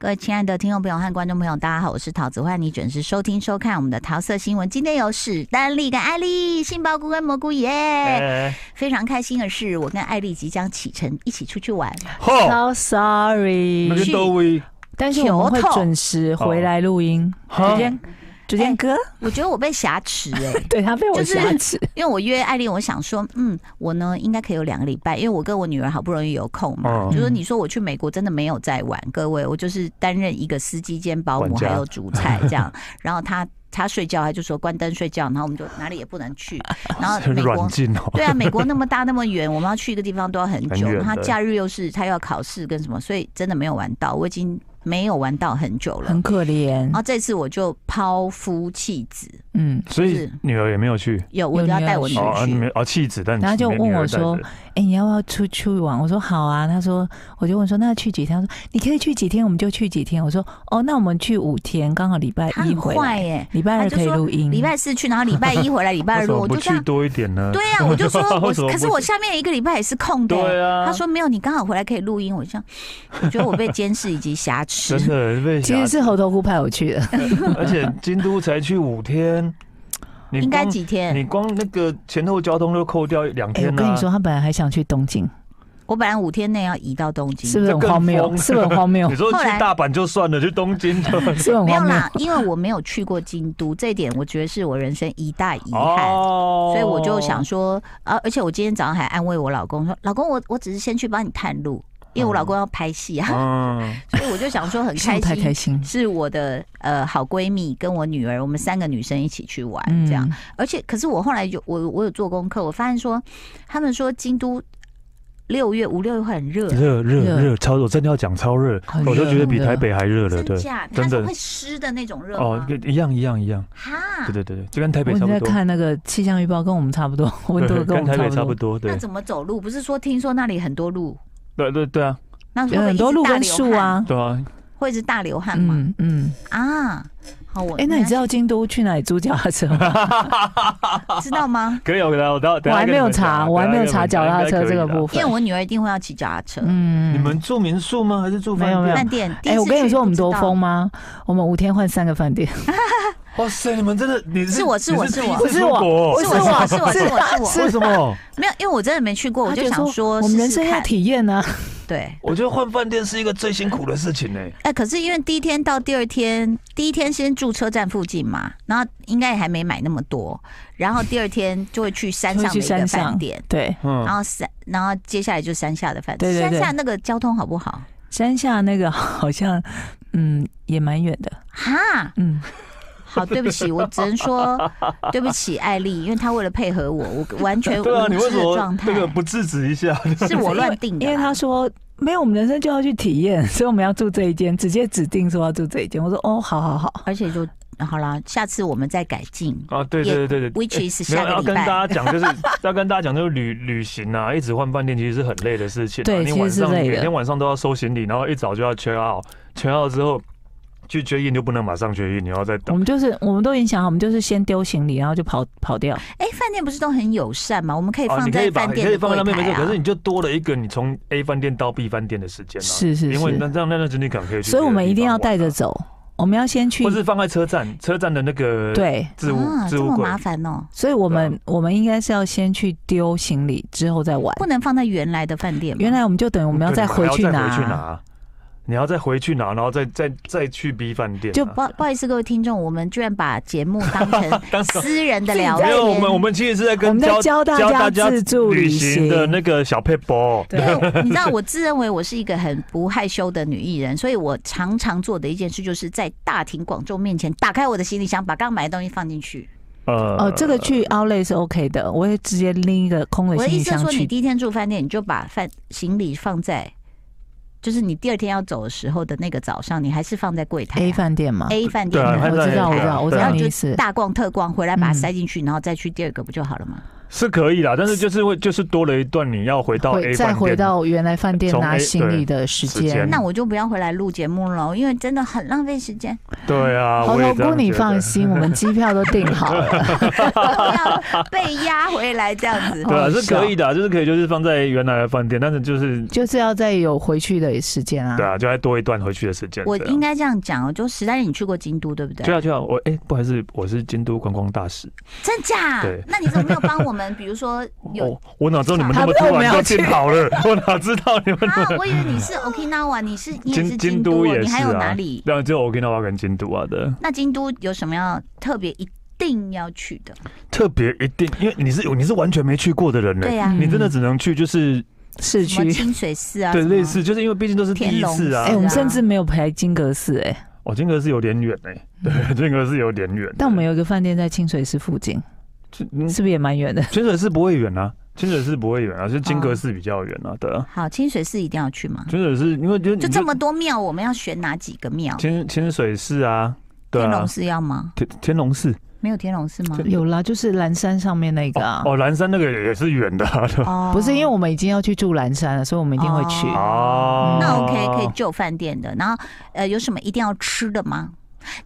各位亲爱的听众朋友和观众朋友，大家好，我是桃子，欢迎你准时收听收看我们的桃色新闻。今天有史丹利跟艾丽、杏鲍菇跟蘑菇爷，哎，非常开心的是，我跟艾丽即将启程一起出去玩。吼，超 sorry，哎那个都位，但是我们会球透准时回来录音。哈九天，九天哥，我觉得我被挟持 哎、对他被我就是挟 持，因为我约艾丽，我想说，嗯，我呢应该可以有两个礼拜，因为我跟我女儿好不容易有空嘛。嗯就说你说我去美国真的没有在玩，各位，我就是担任一个司机兼保姆管家还有主菜这 样。然后她她睡觉，她就说关灯睡觉，然后我们就哪里也不能 去。然后很美国软禁 哦。 对啊，美国那么大那么远， 我们要去一个地方都要很久很。远他的假日又是他又要考试跟什么，所以真的没有玩到。我已经没有玩到很久了。很可怜然。后这次我就抛夫弃子，嗯，所以是女儿也没有去。有我就要带我女哦，儿啊你没去。哦，妻子，但然后就你没问女儿我带说着哎，你要不要出去玩？我说好啊。他说，我就问说那去几天？他说你可以去几天，我们就去几天。我说哦，那我们去五天，刚好礼拜他一很回坏来，耶，礼拜二可以录音。礼拜四去，然后礼拜一回来，礼拜为二什录，么哎我不就这去 样。多一点呢？对啊呀、我就 说我嗯为什么，可是不我去下面一个礼拜也是空的、对啊他说没有，你刚好回来可以录音。我就这样，我觉得我被监视 以及挟持真。的被其挟实持是猴头菇派我去的， 而且京都才去五天，你应该光几天？你光那个前后交通就扣掉两哎，我天啊跟呢你。说，他本来还想去东京，我本来五天内要移到东京，是不是很这更荒谬？疯是不是很荒谬 你？说去后来大阪就算了，去东京 就是不是很没有荒谬？啦，因为我没有去过京都，这一点我觉得是我人生一大遗憾。哦，所以我就想说，啊，而且我今天早上还安慰我老公说：“老公，我我只是先去帮你探路，因为我老公要拍戏啊。嗯， 所以我就想说很是不开是太开心，心，是我的呃好闺蜜跟我女儿，我们三个女生一起去玩这样。嗯而且，可是我后来有我我有做功课，我发现说，他们说京都六月五六月会很热，热热热热，超我真的要讲超热，很我就觉得比热台北还热了，真对，假？它真是的会湿的那种热哦吗，？一样一样一样，哈 对，对对对，就跟台北我差在不多，看那个气象预报，跟我们差 不多，温度对跟跟我台北们差差不不多。多，那对怎么走路？不是说听说那里很多路，对对对啊，那会不有会很多一直路大跟流树汗，啊，对啊，会是大流汗吗？嗯嗯。啊，好，我哎，那你知道道京都去哪里租脚踏车吗？ 知道 吗？可以，我等我等我还没有查，啊我还没有查脚踏车这个部分。因为分。我女儿一定会要骑脚踏车，嗯你们住民宿吗？还是住饭店？没有饭店。第一哎，次我跟你去说我不们知多道疯吗？我们五天换三个饭店，哇塞，你们真的你是我是我是我不是我不是是我我是我是我是我，为什么？没有，因为我真的没去过，我他就觉得想说我们人试生试要看。体验啊呢。对，我觉得换饭店是一个最辛苦的事情欸呢。哎，可是因为第一天到第二天，第一天先住车站附近嘛，然后应该也还没买那么多，然后第二天就会去山会上的去一个山饭上店， 对，嗯然，后山，然后接下来就山下的饭对店。对山对下那个交通好不好？山下那个 好像嗯也蛮远的，哈，嗯，好，对不起，我只能 说对不起艾丽，因为她为了配合我，我完全无对啊，你为知什的么状态这，个不制止一下？是 我乱定的啊因啦。为他说没有，我们人生就要去体验，所以我们要住这一间，直接指定说要住这一间。我说哦，好好好，而且就好啦，下次我们再改进。啊，对对对对对。 Which is 没有下个要礼跟大拜，家讲，就是要跟大家讲，就是旅旅行啊，一直换饭店其实是很累的事情、啊。对你其晚实是上累的每天晚上都要收行李，然后一早就要 check out，check out 之后去 check in 就不能马上 check in，你要再我等。们就是我们都已经想好，我们就是先丢行李，然后就跑跑掉。哎，饭店不是都很友善吗？我们可以哦，放你可以在把饭你店可以的放在柜那边没台错，可啊是。你就多了一个你从 A 饭店到 B 饭店的时间啊。是是因为那是，这样那段时间你可能可以去别的地方玩啊，所以我们一定要带着走，我们要先去啊或。是放在车站，车站的那个对，置物啊，置这物么柜。麻烦哦，所以我啊们我们应该是要先去丢行李，之后再玩。不能放在原来的饭店吗。原来我们就等于我们要对再你还回去再回去拿。拿，你要再回去拿，然后再再再去 B 饭店啊。就不不好意思，各位听众，我们居然把节目当成 当时私人的聊没天。有，我们我们其实是在我跟们在教教大家自助旅行的那个小 paper。因对为你知道，我自认为我是一个很不害羞的女艺人，所以我常常做的一件事，就是在大庭广众面前打开我的行李箱，把刚买的东西放进去。呃，哦，这个去 Outlet 是 OK 的，我会直接拎一个空的我的行意李思是箱说，你去。第一天住饭店，你就把饭行李放在，就是你第二天要走的时候的那个早上，你还是放在柜台 A 啊、饭店嘛， A 饭对店啊，的我还柜在知台道我知道我知然道后你就意思。大逛特逛，回来把它嗯塞进去，然后再去第二个不就好了吗？是可以啦，但是就是会就是多了一段你要回到 A 回再饭回店到原来饭店从拿 A- 行李对的时时间间。那我就不要回来录节目了，因为真的很浪费时间。 对啊，猴我头也这菇，样你觉得放心，我们机票都订好了。都要被压回来这样子。对啊，好是哦笑可以的啊，就是可以，就是放在原来的饭店，但是就是就是要再有回去的时间啊对。啊，就再多一段回去的时间。我这样应该这样讲哦，就史丹利，你去过京都对不对？对啊对啊，我哎、不好意思，我是京都观光大使。真假对？那你怎么没有帮我们？比如说有哦，我哪知道你们那么他不是突我没然有就进好了，我哪知道你们那啊么？，我以为你是 Okinawa，你是你也是京京都都哦，也你还是有啊哪里？当然只有 Okinawa 跟京都啊的，那京都有什么要特别一定要去的？特别一定，因为你是你是完全没去过的啊人呢、对呀，你真的只能去就是市什么区。清水寺啊，嗯对什么类。似，就是因为毕竟都是第天一龙次啊哎、寺。我们是啊甚至没有排金阁寺哎、哦，金阁是有点远哎、嗯对， 金阁是有点远的。但我们有一个饭店在清水寺附近，金嗯是不是也蛮远的？清水寺不会远啊，清水寺不会远啊，就是金阁寺比较远啊，对啊。好，清水寺一定要去吗？清水寺因为就嗯就这么多庙，我们要选哪几个庙？清清水寺啊，对天啊龙，寺要吗？天天龙寺 哦没有天龙寺吗？有啦，就是蓝山上面那个啊。哦，蓝山那个也是远的 啊，对吧哦不是，因为我们已经要去住蓝山了，所以我们一定会去。哦哦，那 OK 可以就饭店的，然后呃有什么一定要吃的吗？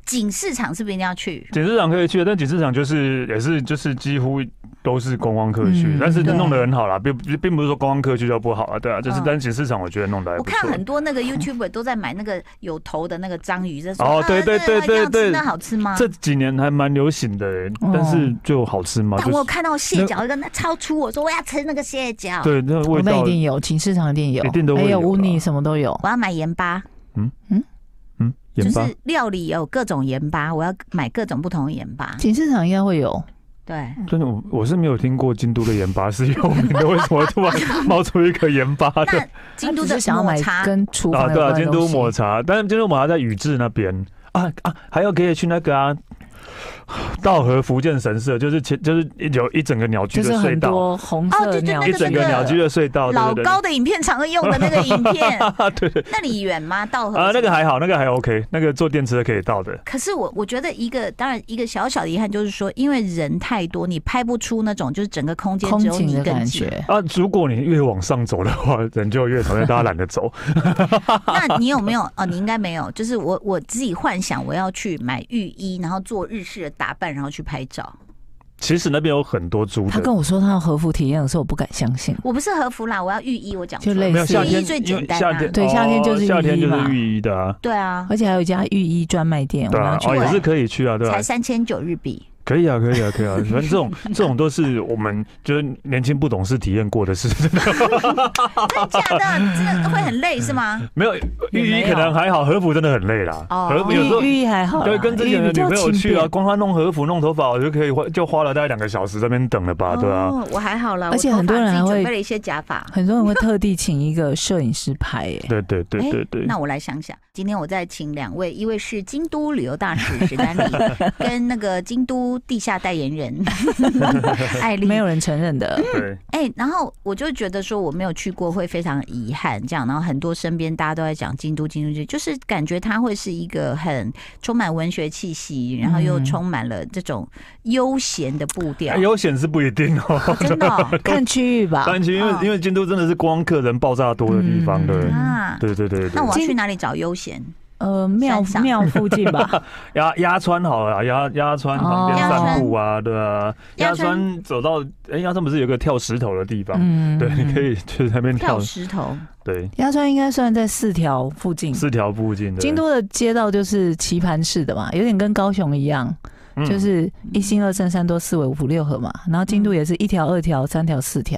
景市场是不是一定要去？景市场可以去，但景市场就是也是就是几乎都是观光客区，嗯但是对弄得很好啦，并并并不是说观光客区就不好啊，对啊，就是嗯但景市场我觉得弄得还我不看错。很多那个 YouTuber 都在买那个有头的那个章鱼，在说哦对啊对那个对要对吃对那好吃吗？这几年还蛮流行的欸，哦但是就好吃嘛，但我就有是看到蟹脚，一个那超出我说我要吃那个蟹脚，对那我味们一道定有，秦市场一定有，一定都会还有有啊乌尼啦什么都有。我要买盐巴，嗯就盐巴是料理有各种盐巴，我要买各种不同的盐巴。秦市场应该会有，对，真的，我我是没有听过京都的盐巴是有名的，为什么突然冒出一个盐巴的那京都他只的是想要抹买茶跟厨啊？房有对啊，关的京东都西。抹茶，但是京都抹茶在宇治那边啊啊，还有可以去那个啊，道和福建神社，就是前就是有一整个鸟居就的是很隧道，多红哦对色的对鸟，那一个整个鸟居的隧道，老哦对对啊高的影片常会用的那个影 片，对，对对那里远吗？道和啊，那个还好，那个还 OK，那个坐电车可以到的，可是我我觉得一个当然一个小小的遗憾就是说，因为人太多，你拍不出那种就是整个空间空只有景你的跟感景。觉。啊，如果你越往上走的话，人就越少，因为大家懒得走。 那你有没有？ 哦，你应该没有。就是我我自己幻想我要去买浴衣，然后做日式的打扮，然后去拍照。其实那边有很多租他的，跟我说他要和服体验的时候，我不敢相信。我不是和服啦，我要浴衣。我讲就错类了似没有夏浴天衣最因为简单啊夏天对夏天就是哦夏天浴衣就嘛是浴衣的啊。对啊，而且还有一家浴衣专卖店，我对们要啊，去哦，也玩是可以去啊，对吧、才三千九日币。可以啊，可以啊，可以啊。 反正这种这种都是我们就是年轻不懂事体验过的事， 真的假的？ 真的会很累是吗？没有也浴没衣有可能还好，和服真的很累啦。哦和服有时候寓寓意还好啦，对跟之前寓的女意比较朋友轻去啊，便光她弄和服、弄头发，我就可以花就花了大概两个小时在那边等了吧，对吧、啊？哦，我还好啦，而且我头发很多人自己还会准备了一些假发。很多人会特地请一个摄影师拍、 欸，对对对哎对对。那我来想想，今天我再请两位，一位是京都旅游大使史 丹利，跟那个京都地下代言人艾丽。没有人承认的。对，哎、然后我就觉得说我没有去过会非常遗憾，这样，然后很多身边大家都在讲京都，京都，京都就是感觉它会是一个很充满文学气息，然后又嗯充满了这种悠闲的步调。哎悠闲是不一定哦哦。真的 哦、看区域吧，但其实因为、哦因为京都真的是观光客人爆炸多的地方，嗯对、啊，对对对对。那我要去哪里找悠闲？呃，庙山上庙附近 吧，鸭鸭川好了啦，鸭鸭川旁边哦散步啊，对啊，鸭鸭川川走到，哎、鸭川不是有个跳石头的地方？嗯，对，你可。以去那边跳跳，石头，对，鸭川应该算在四条附近，四条附近的。京都的街道就是棋盘式的嘛，有点跟高雄一样，嗯就是一心二三三多四为五六合嘛。然后京都也是一条、二条、三条、四条，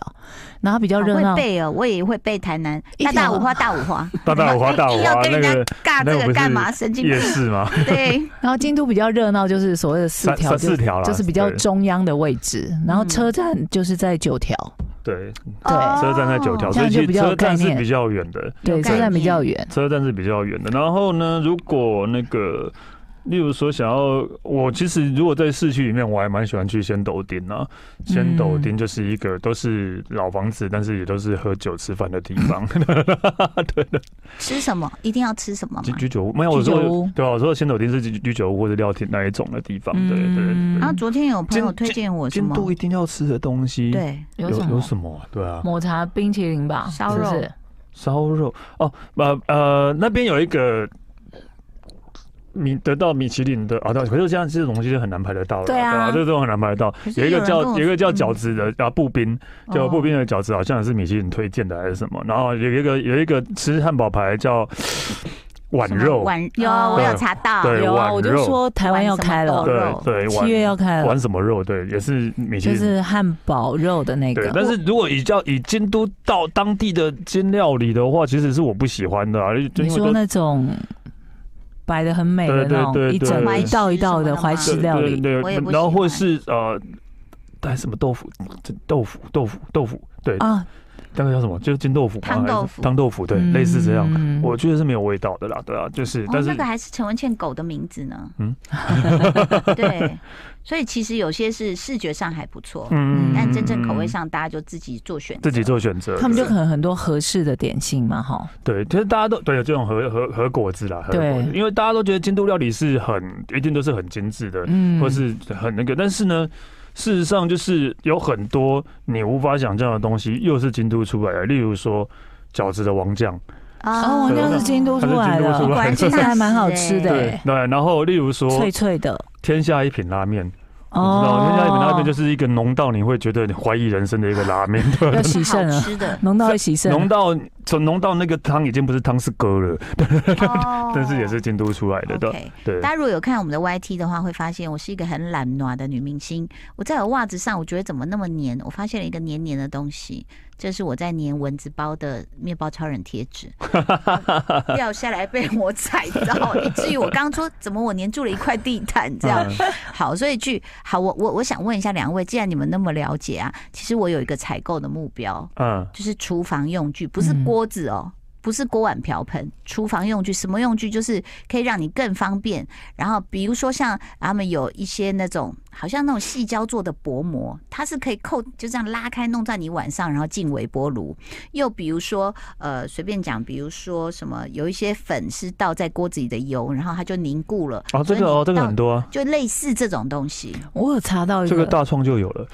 然后比较我热嗯会闹。背哦，我也会背台南一大大条五花大五花。 大大五花大五 硬要花跟那人家个尬这个干嘛？神经夜病！市嘛， 对，然后京都比较热闹，就是所谓的四三条，三就四是条啦，就是比较对中央的位置。然后车站就是在九条，嗯对，哦车站在九条，这所样以就其比实较有车站概是念比较远的，对，有概车站比较远。车站是比较远的。然后呢，如果那个例如说，想要我其实如果在市区里面，我还蛮喜欢去仙斗町啊。仙斗町就是一个都是老房子，但是也都是喝酒吃饭的地方。嗯 对的，吃什么一定要吃什么居吗？居酒屋没有我居酒说屋对吧？我说的仙斗町是居居酒屋或者料亭那一种的地方。对对对嗯然后啊昨天有朋友京推荐我什京么？都一定要吃的东西，，对，有什有么？什么啊？对啊，抹茶冰淇淋吧，烧是不肉是烧肉哦，呃呃，那边有一个米得到米其林的啊，对，可是像这种东西就很难排得到了，对啊这种很难排得到可。是有一个有人叫跟我有一个叫嗯饺子的啊，步兵，就哦步兵的饺子好像也是米其林推荐的还是什么，然后有一个有一个吃汉堡排叫碗什么肉，碗有哦我有查到，哦对有啊，碗我就肉说台湾要开碗什么豆了，对肉对，七月碗要开了，碗什么肉，对，也是米其就林。是汉堡肉的那对个，。但是如果以叫以京都到当地的京料理的话，其实是我不喜欢的啊。因为你因为都说那种摆的很美的对对那种，对一整对一道一道的怀石料理，对啊我也对不对，然后喜或欢是呃，带什么豆腐，这豆腐豆腐豆腐，对，啊，那个叫什么？就是煎豆腐吗，哦汤还是豆腐汤豆腐，嗯对，类似这样，样我觉得是没有味道的啦，对啊，就是，哦但，那是个还是陈文茜狗的名字呢。嗯， 对，所以其实有些是视觉上还不错，嗯但真正口味上大家就自己做选择。自己做选择，他们就对可能很多合适的点心嘛，哈，对，其实大家都对有这种和和和果子啦，和果子对，因为大家都觉得京都料理是很一定都是很精致的，嗯，或是很那个，但是呢，事实上就是有很多你无法想象的东西，又是京都出来的，例如说饺子的王酱，哦，我王那酱是京都出来它是京都出啊来的，果然 这是个还蛮好吃的，对欸，对，然后例如说脆脆的，天下一品拉面，你知道哦，天下一品拉面就是一个浓到你会觉得你怀疑人生的一个拉面， 对吧要。真洗的好肾了，吃的浓到会洗肾，啊浓到从浓到那个汤已经不是汤是疙了，哦 但是也是京都出来的，对 OK，对大家如果有看我们的 YT 的话，会发现我是一个很懒暖的女明星。我在我袜子上，我觉得怎么那么黏？我发现了一个黏黏的东西，这是我在粘蚊子包的面包超人贴 纸，掉下来被我踩到，以至于我刚刚说怎么我粘住了一块地毯这样。嗯好，所以去好，我我我想问一下两位，既然你们那么了解啊，其实我有一个采购的目标，嗯，就是厨房用具，不是锅子哦，不是锅碗瓢盆，厨房用具，什么用具就是可以让你更方便。然后比如说像啊他们有一些那种好像那种细胶做的薄膜，它是可以扣就这样拉开弄在你碗上，然后进微波炉。又比如说呃随便讲，比如说什么有一些粉是倒在锅子里的油，然后它就凝固了。哦，这所以个你哦，这个倒很多啊，就类似这种东西，我有查到一这个个，大创就有了，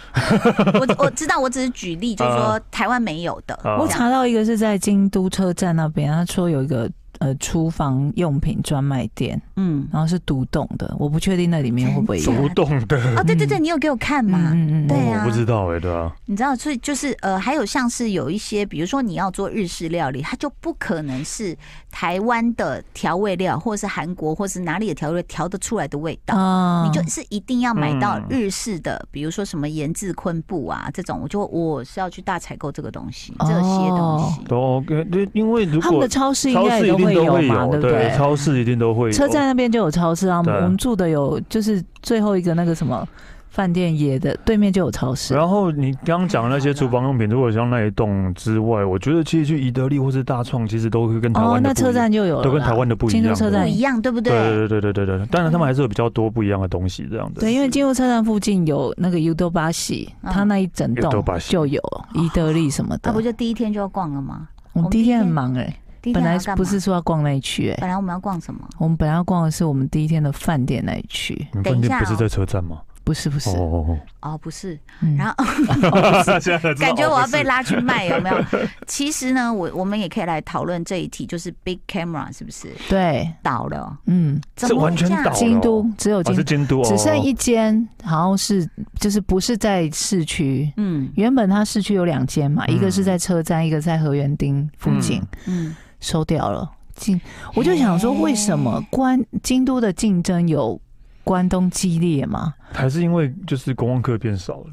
我我知道，我只是举例， 就是说台湾没有的。啊我查到一个是在京都车站那边，他说有一个呃厨房用品专卖店，嗯，然后是独栋的，我不确定那里面会不会有真假。不动的，啊哦，对对对，你有给我看吗？嗯对哦啊我不知道哎，对啊，你知道，所以就是呃，还有像是有一些，比如说你要做日式料理，它就不可能是台湾的调味料，或是韩国，或是哪里的调味料调得出来的味道。啊你就是一定要买到日嗯式的，比如说什么盐渍昆布啊这种，我就我是要去大采购这个东哦西，这些东西。都 OK，对哦因为如他们果的超市应超该市也一都定会都会嘛，有，不对，对？超市一定都会有，车站那边就有超市啊，我对们我们住的有就是最后一个那个什么饭店也的对面就有超市。然后你刚刚讲的那些太好了厨房用品，如果像那一栋之外，我觉得其实去宜得利或是大创，其实都会跟台哦湾，的那不一样车站就有了啦，都跟台湾的不一样京都车不站一样，对不对？对对对对对对对，当然他们还是有比较多不一样的东西这样的。对，因为京都车站附近有那个 U 多巴西，嗯它那一整栋 Udobashi 就有伊德利什么那、的啊不。就第一天就要逛了吗？我们第一天很忙哎、第一天本还来要干嘛不是，说要逛那一区哎、本来我们要逛什么？我们本来要逛的是我们第一天的饭店那一区，你们等一饭下店不是哦在车站吗？不是不是哦，哦哦，不是，嗯然后哦，现在才知道感觉我要被哦拉去卖，有没有？ 其实呢，我我们也可以来讨论这一题，就是 big camera 是不是对，倒了？嗯，怎是么完全这样倒了京都只有不是哦京是京都，哦只剩一间，好像是就是不是在市区。嗯原本它市区有两间嘛，嗯一个是在车站，一个在河园町附近，嗯，收掉了。竞，我就想说，为什么关京都的竞争有关东激烈嘛？还是因为就是观光客变少了。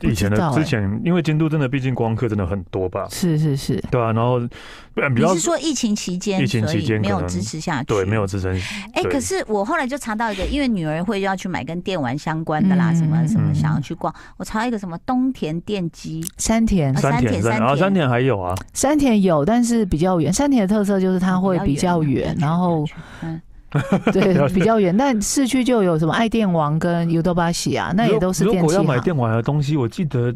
不知道以前的哎之前，因为京都真的，毕竟观光客真的很多吧？是是是，对啊，然后呃比你较是说疫情期间，疫情期所以间没可有能支持下去？对没有。支撑。哎，对可是我后来就查到一个，因为女儿会要去买跟电玩相关的啦，嗯什么什么嗯想要去逛，我查到一个什么东田电机，山田啊山山田田山，山然后田山田还有啊，啊山田有，但是比较远。山田的特色就是它会比较远，然后嗯对，比较远，但市区就有什么爱电王跟尤多巴西啊，那也都是如电果器要买行。电玩的东西，我记得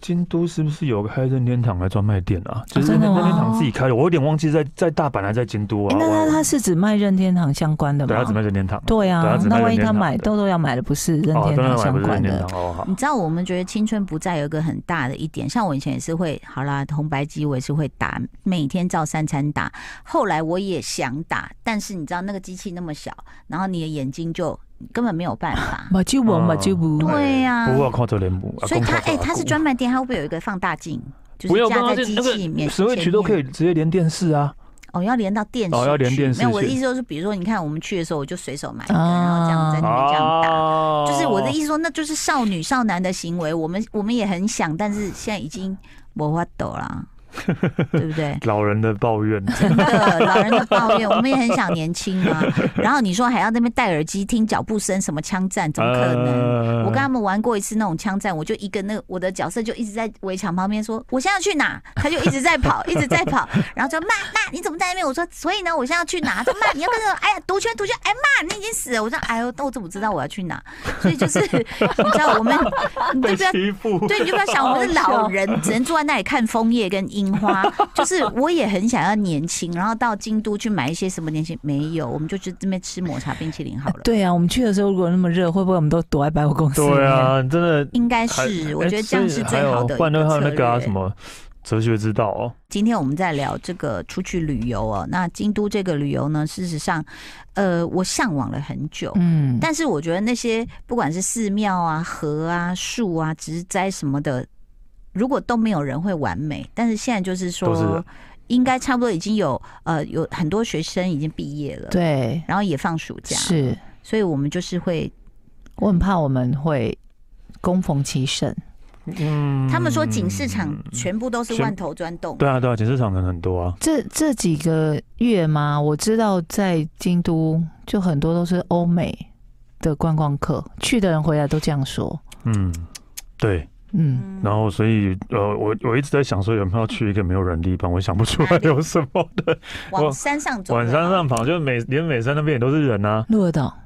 京都是不是有个开任天堂的专卖店啊？就是真的那吗任天堂自己开的，我有点忘记在在大阪还是在京都哦啊。诶哎那我他他是只卖任天堂相关的对，他只吗？卖任天堂。对对啊他，只卖那万一任天他堂买的豆豆要买的不是任哦，天当然堂买不相是任关天的。堂，哦，好你，知道我们觉得青春不在有一个很大的一点，像我以前也是会，好啦，红白机我也是会打，每天照三餐打。后来我也想打，但是你知道那个机器那么小，然后你的眼睛就根本没有办法马吉文马吉嗯布，对呀不过看这联播，所以它哎、它是专门卖店，它会不会有一个放大镜？就不是要架放在大机镜器里面，十位前局都面可以直接连电视啊。哦，要连到电视去，哦要连电视没有，我的去意思就是，比如说，你看我们去的时候，我就随手买一个，然后这样在那边这样打。哦嗯就是我的意思说，那就是少女少男的行为，我们我们也很想，但是现在已经没法抖 啦，对不对？老人的抱怨，真的，老人的抱怨，我们也很想年轻啊。然后你说还要那边戴耳机听脚步声，什么枪战， 怎么可能？呃我跟他们玩过一次那种枪战，我就一个那个我的角色就一直在围墙旁边说我现在要去哪，他就一直在跑，一直在跑，然后就骂骂你怎么在那边？我说所以呢，我现在要去哪？他说骂你要跟着，哎呀毒圈毒圈，哎骂你已经死了。我说哎呦，那我怎么知道我要去哪？所以就是你知道我们你就被不要。欺负，对，你就不要想我们是老人，只能坐在那里看枫叶跟樱花。就是我也很想要年轻，然后到京都去买一些什么年轻没有，我们就去这边吃抹茶冰淇淋好了。对啊，我们去的时候如果那么热，会不会我们都躲在百货公司？对，啊，真的应该还是，哎我觉得这样是所以最好的一还有换个到还策有略。那个啊什么哲学之道哦，今天我们在聊这个出去旅游哦，那京都这个旅游呢，事实上，呃，我向往了很久。嗯，但是我觉得那些不管是寺庙啊、河啊、树啊、植栽什么的，如果都没有人会完美，但是现在就是都是说的，应该差不多已经有呃有很多学生已经毕业了，，对，然后也放暑假，，是所以我们就是会我很怕我们会攻逢其盛，嗯他们说景市场全部都是万头钻洞，对啊对啊，景市场人很多啊，这这几个月嘛，我知道在京都就很多都是欧美的观光客，去的人回来都这样说。嗯，对，嗯，然后所以呃，我我一直在想说有没有去一个没有人的地方，我想不出来哪里有什么 的。往我山上走，晚山上跑，就美连美山那边也都是人啊，鹿儿岛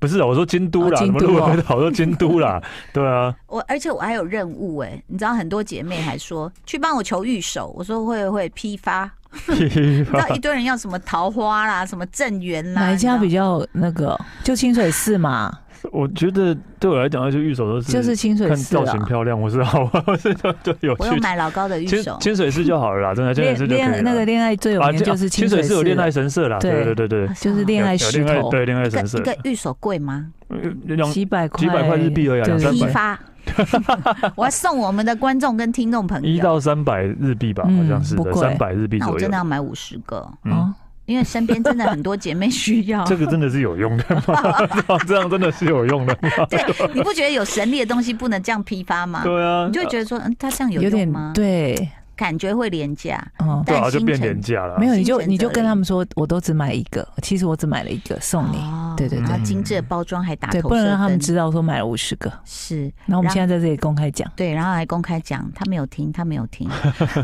不是啊，我说京都啦，哦什么京都鹿哦儿岛，我说京都啦， 对啊，我而且我还有任务哎、你知道很多姐妹还说去帮我求玉手，我说会会批发，批你知 发道一堆人要什么桃花啦，什么正缘啦，哪一家比较？较那个？就清水寺嘛，我觉得对我来讲，就玉手都是就是清水看寺造型啊。漂亮，我是好 啊，我是对有我有趣。买老高的玉清手，清水寺就好了啦，真的清水寺就可以了。那个恋爱最有啊名这就是啊清清水寺寺有恋爱神社啦，对对对对对，啊就是啊恋有爱有石爱头，对恋爱一个神社一，个玉手贵吗？呃两几百块几百块日币而已啊对两三批百 发，我要送我们的观众跟听众朋一友。到三百日币吧，嗯好像是不的，贵三百日币那我左右真的。要买五十个，嗯，哦因为身边真的很多姐妹需要。 这个真的是有用的吗？ 这样真的是有用的吗？对，你不觉得有神力的东西不能这样批发吗？对啊你，就会觉得说，嗯，它这样有有用点吗？对，感觉会廉价。嗯，对啊，但就变心诚廉价了。没有你心就诚则你就跟灵他们说，我都只买一个，其实我只买了一个送你，哦对对对然后精致的包装还打对，头不能让他们射知道说买了五十个。灯是然后我然们后现在在这里公开讲，对，然后还公开讲，他没有听，他没有 听。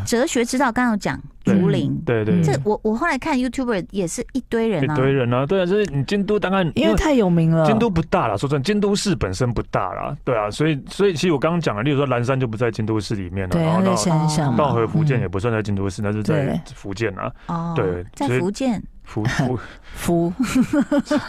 哲学之道刚刚有讲对竹林，对对，这对嗯我我后来看 YouTuber 也是一堆人一啊，堆人啊，对啊，就是你京都当然因为太有名了。京都不大啦，说真的，京都市本身不大啦，对啊，所以所以其实我刚刚讲了，例如说岚山就不在京都市里面了，对，然他后在到山上嘛，到和福建嗯也不算在京都市，那是在福建啊，哦，对在所以福建福福福，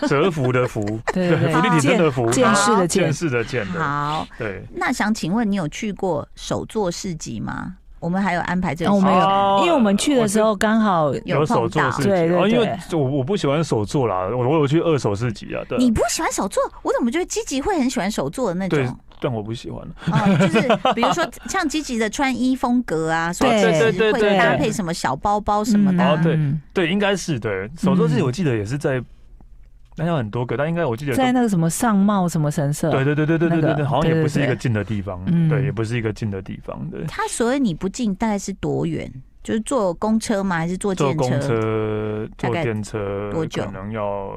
折福的福，对 对福福利利啊挺挺身见的福，见识的见见，识的见的，好。对。那想请问你有去过手作市集吗？我们还有安排这然后个我行们程，哦有，因为我们去的时候刚好有碰手做到市集，对对哦因为对我我不喜欢手做啦，我我有去二手市集啊，对啊你不喜欢手作，我怎么觉得积极会很喜欢手作的那种对？但我不喜欢。哦，就是比如说像积极的穿衣风格啊，所以 对其实对对会对搭对配什么小包包什么的啊哦。对嗯对，应该是对手做市集，嗯我记得也是在，那有很多个，但应该我记得都在那个什么上茂什么神社，对对对对对对对那对，个好像也对对不是一个对近的地方嗯，对，也不是一个近的地方，对。他所谓你不进，大概是多远？就是坐公车吗？还是坐坐电公车、大坐概电车多久可能要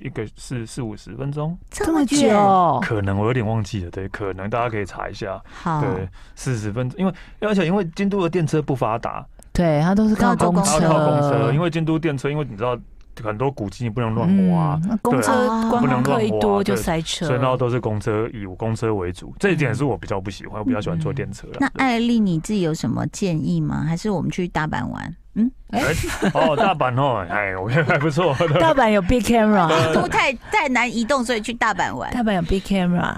一个四四五十分钟，这这么哦久远？，可能我有点忘记了，对，可能大家可以查一下，好，哦对，四十分钟，因为而且因为京都的电车不发达，对他都是靠要坐公公然后车，车靠公车，因为京都电车，因为你知道很多古迹你不能乱挖，嗯那公对车啊观光不能客一乱挖多就对塞车，嗯所以那都是公车，以公车为主。这一点是我比较不喜欢，我比较喜欢坐电车啦。那哎对艾丽，你自己有什么建议吗？还是我们去大阪玩？嗯，哦，大阪哦，哎，我觉得还不 错。大阪有 big camera，呃都太太难移动，所以去大阪玩。大阪有 big camera，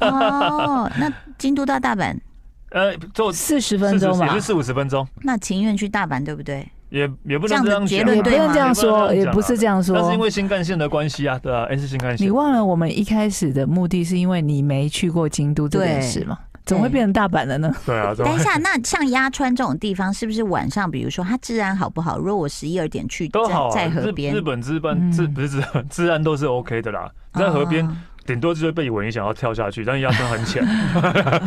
哦，那京都到大阪，呃，坐四十四分十钟也吧是。四五十分钟，那情愿去大阪，对不对？也也不这样能这子样结讲论啊也不对能吗这样说，也不是这样但是因说。为新干线的关系啊，对啊，哎是新干线。你忘了我们一开始的目的是因为你没去过京都这件对事吗？怎么会变成大阪了呢？ 对啊，对等啊一下，那像鸭川这种地方，是不是晚上，比如说它治安好不好？如果我十一二点去，都好啊。在在河日边日，本治安治嗯不是治安治安都是 OK 的啦，在河边哦顶多就是被蚊蝇想要跳下去，但 是压根很浅，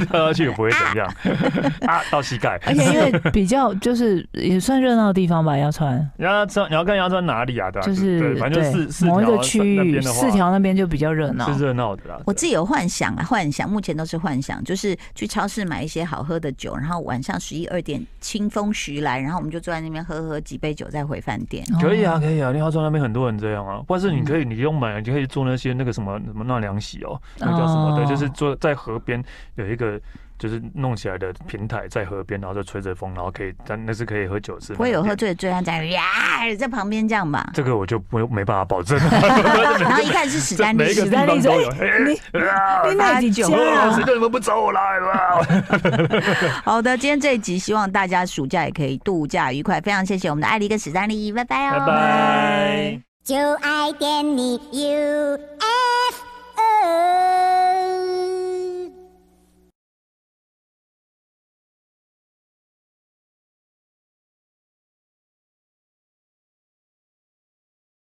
跳下去也不会怎样 啊，到膝盖。而且 因为比较就是也算热闹的地方吧，要穿你要穿，你要看你要穿哪里啊？对啊就是对，反正就四四条某一个区那域，边的话四条那边就比较热闹。是热闹的啦。我对自己有幻想啊，幻想目前都是幻想，就是去超市买一些好喝的酒，然后晚上十一二点清风徐来，然后我们就坐在那边喝喝几杯酒，再回饭店。哦可以啊，可以啊，你要川那边很多人这样啊，或者是你可以，你用买，你可以做那些那个什么什么纳凉席哦，那个叫什么？对，嗯哦就是坐在河边有一个就是弄起来的平台在河边，然后就吹着风，然后可以，但那是可以喝酒吃。。不会有喝。醉的醉汉在呀，在旁边这样吧 这个我就不没办法保证，啊 然后一看是史 丹利每一，个史地丹利方说都有。你 你哪几家哦，谁啊？叫你们不找我来了？好的，今天这一集希望大家暑假也可以度假愉快，非常谢谢我们的艾丽跟史丹利，拜拜哦，拜拜。就爱点你 U